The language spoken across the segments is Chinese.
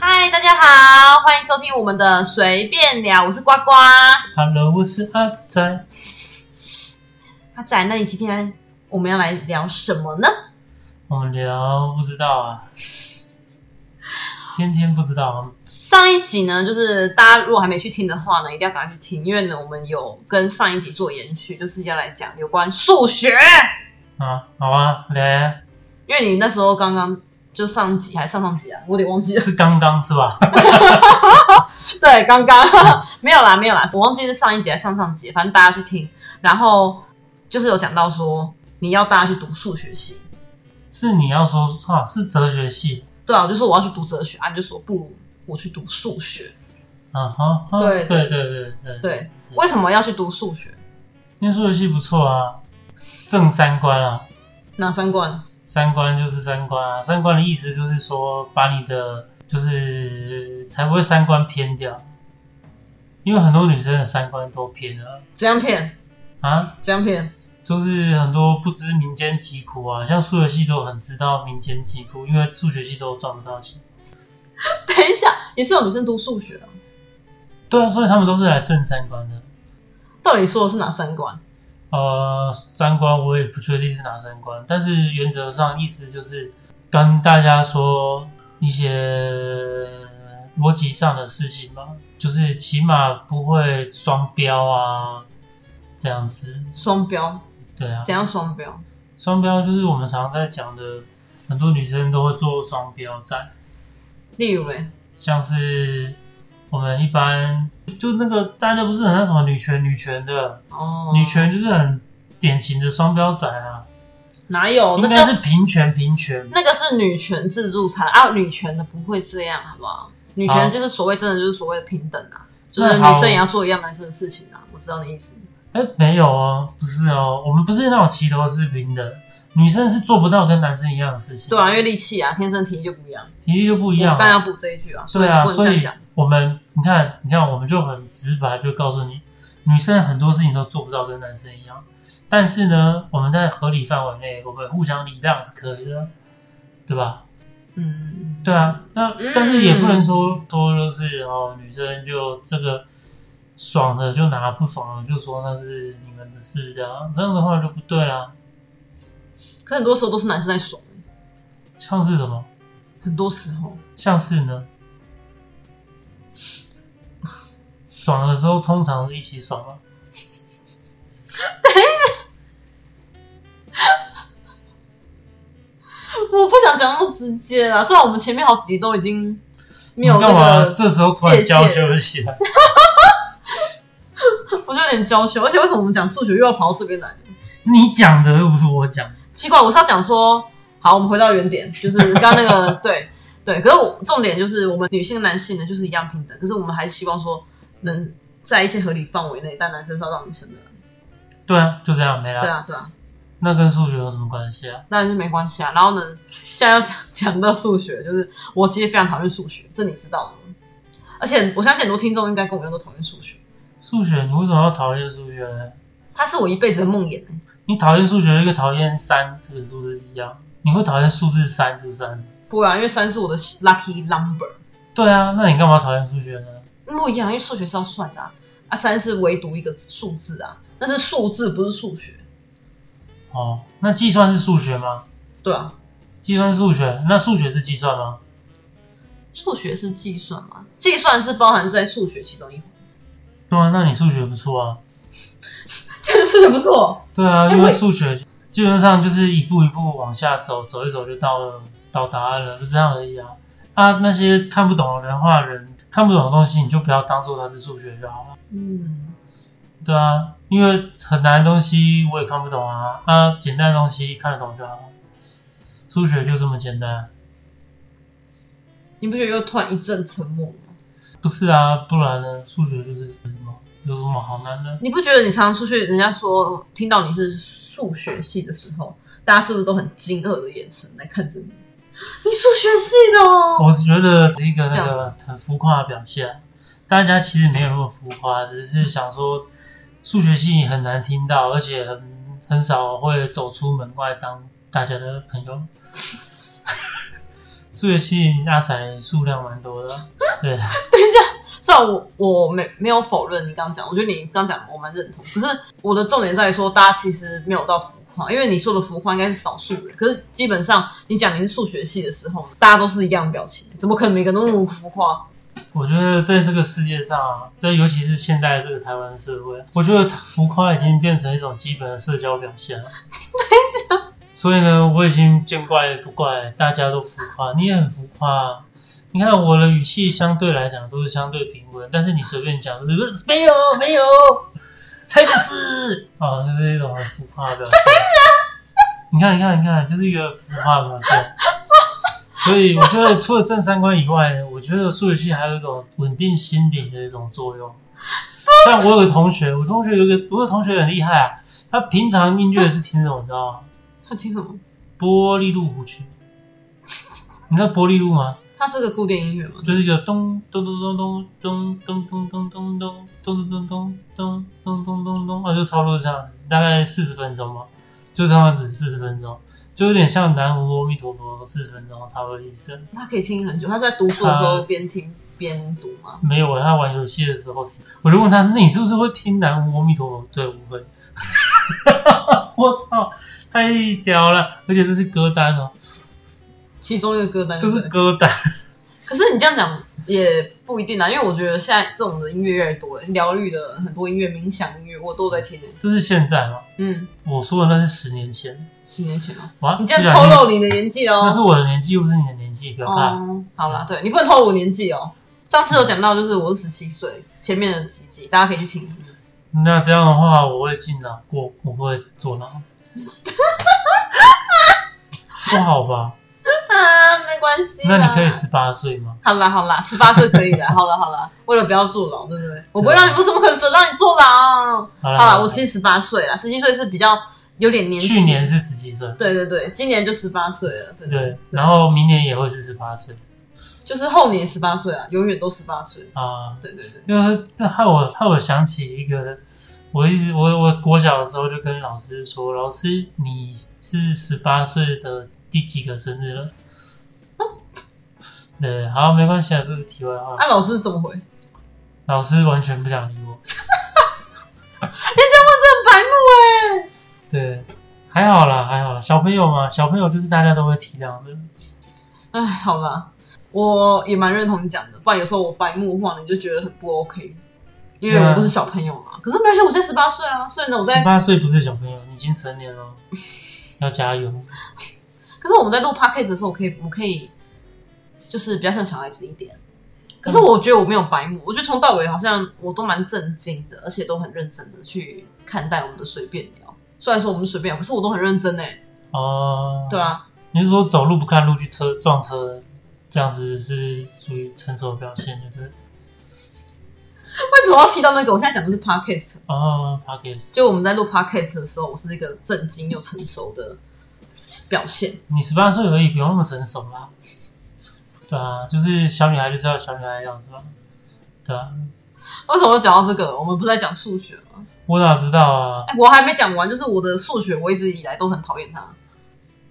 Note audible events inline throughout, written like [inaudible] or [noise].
大家好，欢迎收听我们的随便聊，我是呱呱 Hello，我是阿仔。阿仔。那你今天我们要来聊什么呢？我哦聊不知道啊，天天不知道啊。上一集呢，就是大家如果还没去听的话呢，一定要赶快去听，因为呢，我们有跟上一集做延续，就是要来讲有关数学。啊，好啊，来啊，因为你那时候刚刚就上集还上上集啊，我有点忘记了。 [laughs] 是刚刚是吧？ [laughs] 对，刚 [laughs] 刚没有啦，没有啦，我忘记是上一集还是上上集，反正大家去听。然后就是有讲到说你要大家去读数学系，是你要说啊，是哲学系。对啊，我就说我要去读哲学，啊，你就说不如我去读数学。啊哈，啊对对对对对对，为什么要去读数学？念数学系不错啊，正三观啊。哪三观？三观就是三观啊，三观的意思就是说，把你的就是才不会三观偏掉，因为很多女生的三观都偏了怎样骗？啊。怎样骗？ [laughs] 就是很多不知民间疾苦啊，像数学系都很知道民间疾苦，因为数学系都赚不到钱。等一下，也是有女生读数学啊？对啊，所以他们都是来正三观的。到底说的是哪三观？呃，三观我也不确定是哪三观，但是原则上意思就是跟大家说一些逻辑上的事情吧，就是起码不会双标啊，这样子。双标？对啊，怎样双标？双标就是我们常常在讲的，很多女生都会做双标仔。例如嘞，像是我们一般就那个大家不是很那什么女权女权的，哦，女权就是很典型的双标仔啊，哪有？应哦那该叫是平权平权。那个是女权自助餐啊，女权的不会这样，好不好？女权就是所谓真的就是所谓的平等啊，就是女生也要做一样男生的事情啊。我知道你意思，哎、没有哦，不是哦，我们不是那种齐头式平等，女生是做不到跟男生一样的事情，对啊，因为力气啊，天生体力就不一样。体力就不一样我刚啊、要补这一句啊，所对以啊，你不所能这样以讲。我们你看，你看，我们就很直白，就告诉你，女生很多事情都做不到跟男生一样，但是呢，我们在合理范围内，我们互相礼让是可以的，对吧？嗯，对啊，那嗯但是也不能说、说就是哦，女生就这个爽的就拿，不爽的就说那是你们的事，这样这样的话就不对啦。可很多时候都是男生在爽，像是什么？很多时候像是呢？爽的时候通常是一起爽啊。我不想讲那么直接啦。虽然我们前面好几集都已经没你有干那嘛个，这时候突然娇羞了起来？我就有点娇羞，而且为什么我们讲数学又要跑到这边来？ [laughs] 你讲的又不是我讲的，奇怪，我是要讲说，好，我们回到原点，就是刚刚那 [laughs] 个对对，可是我重点就是我们女性跟男性呢就是一样平等，可是我们还是希望说能在一些合理范围内，但男生是要让女生的，对啊，就这样没对啦。啊对啊，那跟数学有什么关系啊？当然就没关系啊。然后呢，现在要讲 [laughs] 讲到数学，就是我其实非常讨厌数学，这你知道吗？而且我相信很多听众应该跟我一样都讨厌数学，数学你为什么要讨厌数学呢？它是我一辈子的梦魇、欸，你讨厌数学，又跟讨厌三这个数字一样，你会讨厌数字三是不是？不然因为三是我的 lucky number，对啊，那你干嘛讨厌数学呢？不一样，因为数学是要算的啊，啊三是唯独一个数字啊，那是数字不是数学，哦，那计算是数学吗？对啊，计算是数学，那数学是计算吗？数学是计算嘛？计算是包含在数学其中一环，对啊，那你数学不错啊。真是不错。对啊，哎因我为数学基本上就是一步一步往下走，走一走就到了到答案了，就这样而已啊。啊，那些看不懂的人话人看不懂的东西，你就不要当做它是数学就好了。嗯，对啊，因为很难的东西我也看不懂啊，啊，简单的东西看得懂就好了。数学就这么简单，你不觉得又突然一阵沉默吗？不是啊？不然呢？数学就是什么？有什么好难的？你不觉得你常常出去，人家说听到你是数学系的时候，大家是不是都很惊愕的眼神来看着你？你数学系的哦？我是觉得是一个那这个很浮夸的表现，啊大家其实没有那么浮夸，只是想说数学系很难听到，而且很很少会走出门外当大家的朋友。数学系阿仔数量蛮多的，对，虽然我我没没有否认你刚刚讲，我觉得你刚刚讲我蛮认同，可是我的重点在于说，大家其实没有到浮夸，因为你说的浮夸应该是少数人，可是基本上你讲你是数学系的时候，大家都是一样的表情，怎么可能每个人都那么浮夸？我觉得在这个世界上啊，在尤其是现代这个台湾社会，我觉得浮夸已经变成一种基本的社交表现了。所以呢，我已经见怪不怪，大家都浮夸，你也很浮夸、啊。你看我的语气相对来讲都是相对平稳，但是你随便讲就是没有没有，才不是啊，就是一种很浮夸的表现。你看，你看，你看，就是一个浮夸的表现。所以我觉得除了正三观以外，我觉得数学系还有一种稳定心理的一种作用。像我有个同学，我同学有个我有个同学很厉害啊，他平常音乐是听什么，你知道吗？他听什么？玻璃路舞曲。你知道玻璃路吗？他是个古典音乐吗？就是一个咚咚咚咚咚咚咚咚咚咚咚咚咚咚咚咚咚咚咚，啊，就差不多这样子，大概四十分钟吧，就这样子四十分钟，就有点像南无阿弥陀佛四十分钟差不多的意思。他可以听很久，他是在读书的时候边听边读吗？没有，他玩游戏的时候听。我就问他，那你是不是会听南无阿弥陀佛？对，我会。 [laughs] 我操，太屌了！而且这是歌单哦，其中一个歌单这对是不对歌单。可是你这样讲也不一定啊，因为我觉得现在这种的音乐越来越多了，疗愈的很多音乐、冥想音乐我都有在听诶、这是现在吗？嗯，我说的那是十年前。十年前哦、哇，你这居样然透露你的年纪哦、那是我的年纪，又不是你的年纪，不要怕。哦，好啦，对你不能透露我年纪哦、上次有讲到，就是我是十七岁，前面的几集大家可以去听。那这样的话，我会进脑，我我会做脑， [laughs] 不好吧？ [laughs] 啊，没关系啦。那你可以十八岁吗？好啦好啦，十八岁可以的。 [laughs] 好啦好啦，为了不要坐牢，对不对？我不会让你，我怎么可能让你坐牢？好好了，啦，好我啦其实十八岁啦，十七岁是比较有点年纪。去年是十七岁，对对对，今年就十八岁了，对对，然后明年也会是十八岁就是后年十八岁啊，永远都十八岁。啊。对对对，就是那害我害我想起一个，我一直我我国小的时候就跟老师说，老师你是十八岁的第几个生日了？嗯对，好，没关系啊，这是题外话。啊，老师怎么回？ [laughs] 你老师完全不想理我。这样问真的很白目哎、对，还好啦，还好啦。小朋友嘛，小朋友就是大家都会体谅的。哎，好啦，我也蛮认同你讲的，不然有时候我白目的话，你就觉得很不 OK，因为我不是小朋友嘛。可是没关系，我现在十八岁啊，所以呢，我在十八岁不是小朋友，你已经成年了，要加油。可是我们在录 podcast 的时候，我可以，我可以，就是比较像小孩子一点。可是我觉得我没有白目，我觉得从到尾好像我都蛮震惊的，而且都很认真的去看待我们的随便聊。虽然说我们随便聊，可是我都很认真哎、哦、对，啊，你是说走路不看路去车撞车，这样子是属于成熟的表现，对不对？为什么要提到那个？我现在讲的是 podcast，哦 p o c k e t 就我们在录 podcast 的时候，我是一个震惊又成熟的表现。你十八岁而已，不用那么成熟啦。对啊，就是小女孩就是要小女孩的样子吧。对啊，为什么讲到这个？我们不是在讲数学吗？我哪知道啊？哎、我还没讲完，就是我的数学，我一直以来都很讨厌它。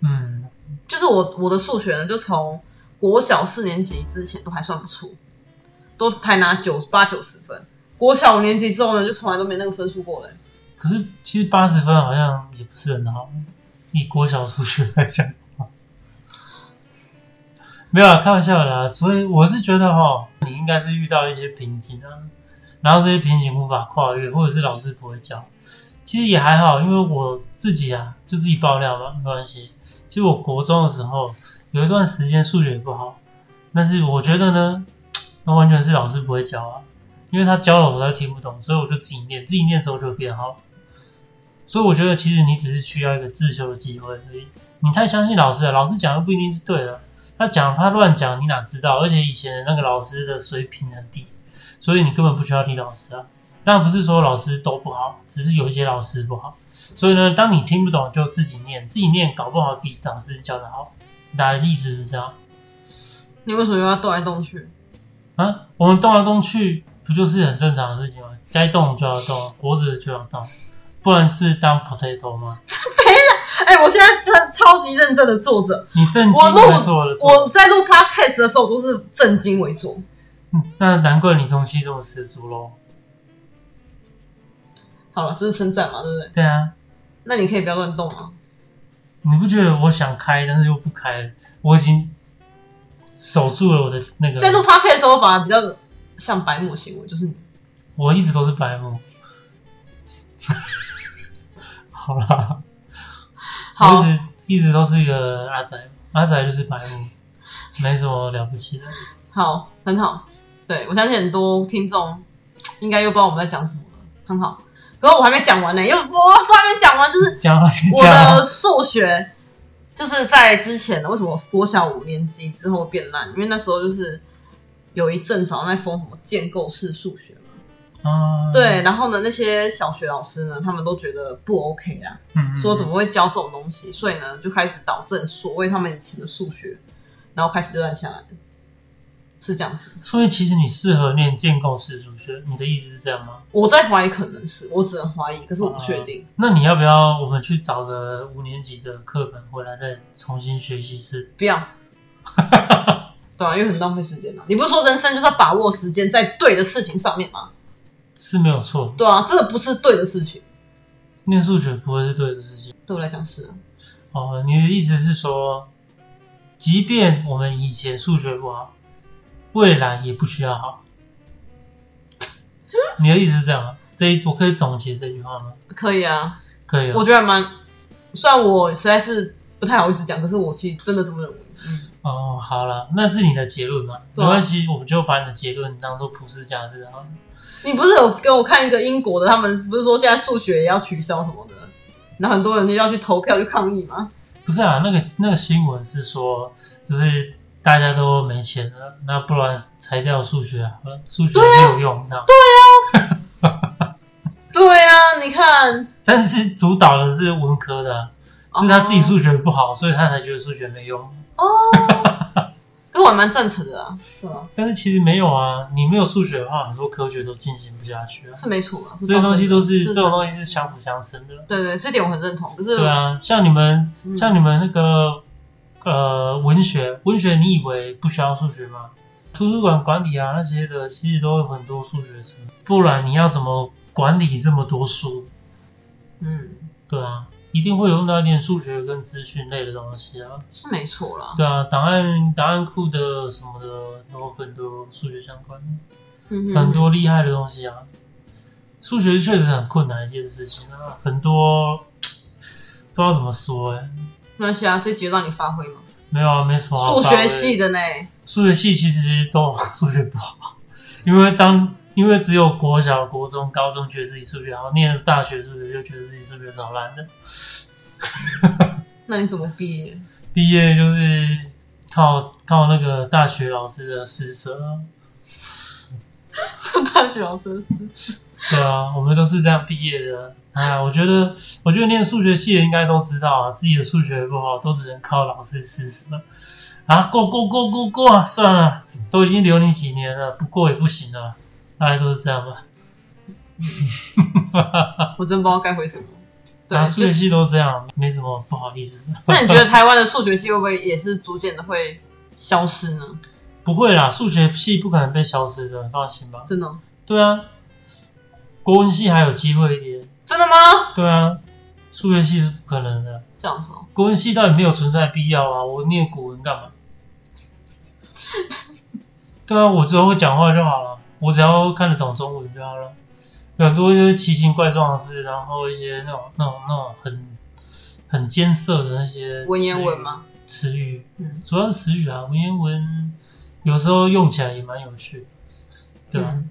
嗯，就是我我的数学呢，就从国小四年级之前都还算不错，都才拿九八九十分。国小五年级之后呢，就从来都没那个分数过了。可是其实八十分好像也不是很好，以国小数学来讲的话，没有啊，开玩笑的啦。所以我是觉得哈，你应该是遇到一些瓶颈啊，然后这些瓶颈无法跨越，或者是老师不会教。其实也还好，因为我自己啊，就自己爆料嘛，没关系。其实我国中的时候有一段时间数学不好，但是我觉得呢，那完全是老师不会教啊，因为他教了我都听不懂，所以我就自己念，自己念之后就会变好。所以我觉得其实你只是需要一个自修的机会而已。你太相信老师了，老师讲的不一定是对的，他讲他乱讲，你哪知道？而且以前那个老师的水平很低，所以你根本不需要听老师啊。当然不是说老师都不好，只是有一些老师不好。所以呢，当你听不懂就自己念，自己念搞不好比老师教的好。大家意思是这样你为什么又要动来动去？啊？我们动来动去不就是很正常的事情吗？该动就要动，活着就要动，不然是当 potato 吗？哎、我现在真的超级认真的坐着，你震惊我录还是我的错？我在录 podcast 的时候我都是正襟危坐，嗯，那难怪你中气这么十足喽。好了，这是称赞嘛，对不对？对啊，那你可以不要乱动啊。你不觉得我想开，但是又不开，我已经守住了我的那在录个。 p o d c a s 的时候，反而比较像白目行为，就是你。我一直都是白目。 [laughs] 好啦，好我一直一直都是一个阿仔，阿仔就是白目，没什么了不起的。好，很好。对我相信很多听众应该又不知道我们在讲什么了，很好。可是我还没讲完呢、又我说还没讲完，就是讲啊，我讲啊的数学就是在之前，为什么我国小五年级之后变烂？因为那时候就是有一阵子好像在封什么建构式数学嘛，啊，对。然后呢，那些小学老师呢，他们都觉得不 OK 啦，嗯，说怎么会教这种东西，所以呢，就开始导正所谓他们以前的数学，然后开始就乱下来了，是这样子。所以其实你适合念建构式数学，你的意思是这样吗？我在怀疑，可能是我只能怀疑，可是我不确定。那你要不要我们去找个五年级的课本回来再重新学习一次？不要， [laughs] 对啊，因为很浪费时间嘛。你不是说人生就是要把握时间在对的事情上面吗？是没有错，对啊，这个不是对的事情，念数学不会是对的事情。对我来讲是啊。哦，你的意思是说，即便我们以前数学不好，未来也不需要好。 [laughs] 你的意思是这样吗？这一我可以总结这句话吗？可以啊，可以、哦。我觉得还蛮，虽然我实在是不太好意思讲，可是我其实真的这么认为。哦，好了，那是你的结论嘛？对没啊关系，我们就把你的结论当做普世价值啊。你不是有给我看一个英国的，他们不是说现在数学也要取消什么的，然后很多人就要去投票去抗议吗？不是啊，那个那个新闻是说，就是大家都没钱了，那不然裁掉数学啊，数学没有用这样。对啊，你看，但是主导的是文科的啊，是他自己数学不好，所以他才觉得数学没用。哦 [laughs] 跟我还蛮赞成的啊，是吧？但是其实没有啊，你没有数学的话，很多科学都进行不下去啊。是没错啊，这些东西都是这这是种真的东西是相辅相成的。对对，这点我很认同。可是对啊，像你们嗯像你们那个呃文学文学，你以为不需要数学吗？图书馆管理啊那些的，其实都有很多数学成分，不然你要怎么管理这么多书？嗯，对啊，一定会有用到一点数学跟资讯类的东西啊。是没错啦。对啊，档案档案库的什么的，有很多数学相关的，嗯很多厉害的东西啊。数学确实很困难一件事情啊，很多不知道怎么说哎、没关系啊，这集就让你发挥嘛。没有啊，没什么好数发挥学系的呢，数学系其实都数学不好，因为当因为只有国小、国中、高中觉得自己数学好，念了大学数学就觉得自己数学超烂的，那你怎么毕业？ [laughs] 毕业就是靠靠那个大学老师的施舍啊。大学老师对啊，我们都是这样毕业的。哎，我觉得，我觉得念数学系的应该都知道啊，自己的数学不好，都只能靠老师施舍。啊，过过过过过啊，算了，都已经留你几年了，不过也不行了，大家都是这样吧。我真不知道该回什么。对啊，，数就学是 [laughs] 系都这样，没什么不好意思 [laughs] 的。那你觉得台湾的数学系会不会也是逐渐的会消失呢？不会啦，数学系不可能被消失的，放心吧。真的？对啊，国文系还有机会一点。真的吗？对啊，数学系是不可能的，这样子哦，国文系到底没有存在必要啊！我念古文干嘛？ [laughs] 对啊，我只要会讲话就好了，我只要看得懂中文就好了。有很多一些奇形怪状的字，然后一些那种那种那种很很艰涩的那些文言词语文吗？词语，嗯，主要是词语啊，文言文有时候用起来也蛮有趣的，对啊，嗯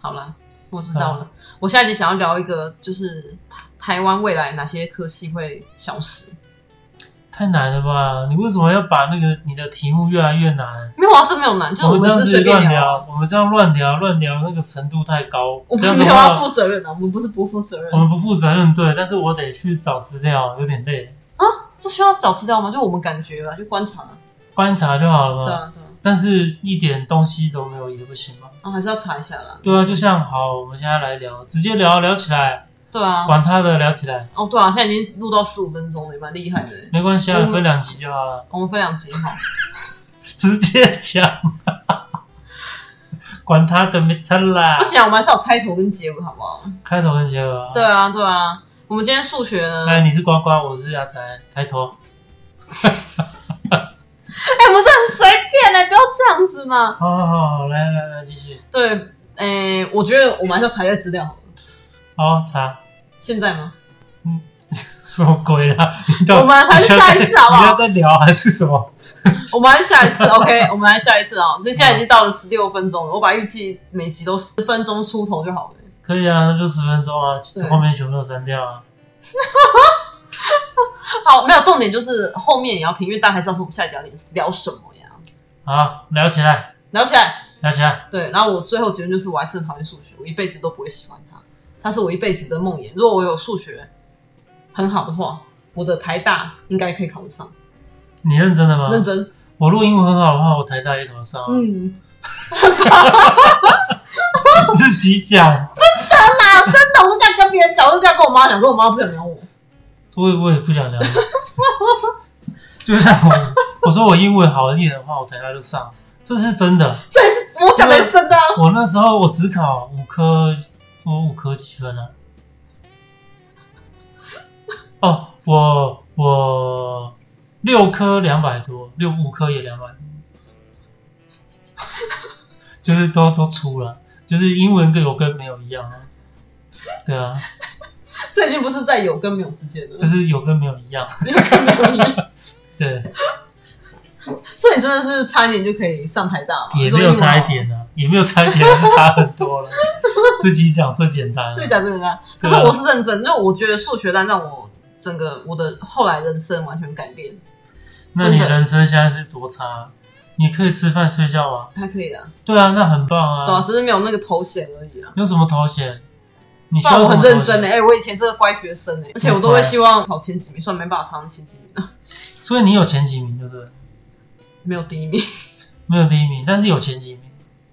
好了，我知道了。我下一集想要聊一个，就是台台湾未来哪些科系会消失？太难了吧？你为什么要把那个你的题目越来越 [laughs] 难？没有啊，这没有难，就是我们哦这样只是子随便乱啊。聊，我们这样乱聊乱聊，那个程度太高，我们这样子没的有要话哦负责任啊的，我们不是不负责任我。们不负责任，对，但是我得去找资料，有点累，这需要找资料吗？就我们感觉啊吧，就观察。观察就好了对嘛。啊，对啊，但是一点东西都没有也不行吗？啊，还是要查一下啦。对啊，就像好，我们现在来聊，直接聊聊起来，对啊，管他的，聊起来，哦，对啊，现在已经录到十五分钟了，也蛮厉害的。哦没关系我啊，们分两集就好了，我们分两集好，直接讲。管他的，没差啦不。行啊，我们还是有开头跟结尾，好不好？开头跟结尾啊。对。啊，对啊。我们今天数学呢？ [laughs] 哎、哎，你是呱呱，我是阿才。开头哎我们这很随便欸呢、不要这样子嘛。好好好好，来来来，继续。对，哎、我觉得我们还是要查一下资料好了。好，哦查现在吗？什么鬼啦？你到我们才是下一次好不你好？要再聊还是什么？ [laughs] 我们还是下一次，OK？我们 [laughs] 来下一次啊！所以现在已经到了十六分钟了，我把预计每集都十分钟出头就好了。可以啊，那就十分钟啊，对后面全部都删掉啊。好，没有重点就是后面也要听，因为大家才知道是我们下一集要聊什么呀。好，聊起来，聊起来，聊起来。对。然后我最后结论就是，我还是很讨厌数学，我一辈子都不会喜欢它，它是我一辈子的梦魇。如果我有数学很好的话，我的台大应该可以考得上。你认真的吗？认。真，我如果英文很好的话，我台大也考得啊上啊。嗯， [laughs] 自己讲，真的，我是这样跟别人讲，我是这样跟我妈讲，跟我妈不想鸟我。我也我也不想聊。 [laughs] 就像我我说我英文好一点的话，我台大就上，这是真的。这也是我讲的是真的、啊。我那时候我只考五科，我五科几分啊？哦，我我六科两百多，六五科也两百多， [laughs] 就是都都出了，就是英文跟有跟没有一样啊。对啊，这已经不是在有跟没有之间了 [laughs] 就，是有跟没有一样。有跟没有一样。对，所以你真的是差一点就可以上台大嘛？也没有差一点哦啊，也没有差一点，是差很多了。自己讲最简单啊如果英文好，。这讲真的啊。可是我是认真，因为我觉得数学单让我整个我的后来人生完全改变，那你真的人生现在是多差啊？你可以吃饭睡觉吗？还可以的，对啊，那很棒对啊，啊！只是没有那个头衔而已啊。有什么头衔？你需不然要我什很么认头真衔？啊哎、我以前是个乖学生哎、而且我都会希望考前几名，虽然没办法超上前几名 [laughs] 啊，所以你有前几名，对不对？没有第一名，没有第一名，但是有前几名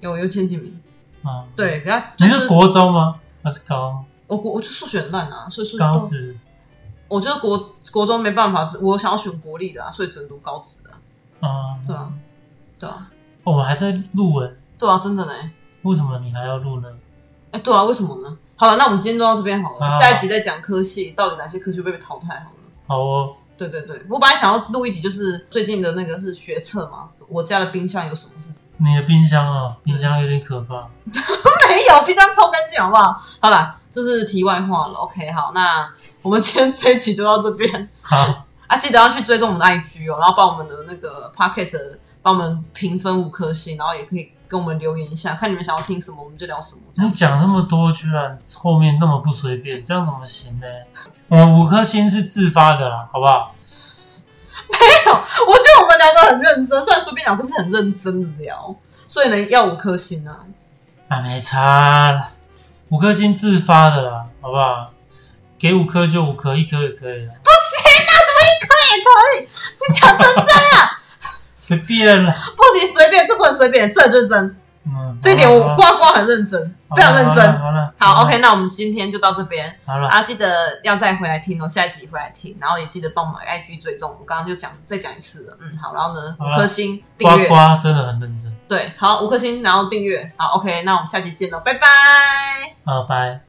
有有前几名，啊。嗯，对，给他就你是是国中吗？还是高我国我就数学很烂啊，所以数学高都职？我觉得国国中没办法，我想要选国立的啊，所以只能读高职的啊、啊、对啊，对啊，哦我们还在录文，对啊，真的呢。为什么你还要录呢？哎、对啊，为什么呢？好了，那我们今天就到这边好了，好下一集再讲科系到底哪些科系会被淘汰好了。好哦，对对对，我本来想要录一集，就是最近的那个是学测嘛，我家的冰箱有什么事情？你的冰箱啊，冰箱有点可怕。 [laughs] 没有，冰箱超干净，好不好？好啦，这是题外话了。OK，好，那我们今天这一集就到这边。好，啊，记得要去追踪我们的 IG 哦，然后把我们的那个 podcast 的帮我们评分五颗星，然后也可以跟我们留言一下，看你们想要听什么，我们就聊什么。这你样讲那么多，居然后面那么不随便，这样怎么行呢？我们五颗星是自发的啦，好不好？ [laughs] 我觉得我们聊得很认真，虽然随便聊，可是很认真的聊，所以呢要五颗星啊。啊，没差啦，五颗星自发的啦，好不好？给五颗就五颗，一颗也可以啦，可以，你讲真真啊，随便啦。 [laughs] 不行随便，这不能随便，这很认真，嗯，这一点我好啦呱呱很认真，啊非常认真。好了，好，OK，了那我们今天就到这边。好了，啊，记得要再回来听哦，下一集回来听，然后也记得帮我们 IG 追踪，我刚刚就讲再讲一次了，嗯，好，然后呢，好五啦颗星订呱阅，呱真的很认真对，好，五颗星，然后订阅，好，OK，那我们下期见喽，拜拜。啊，拜。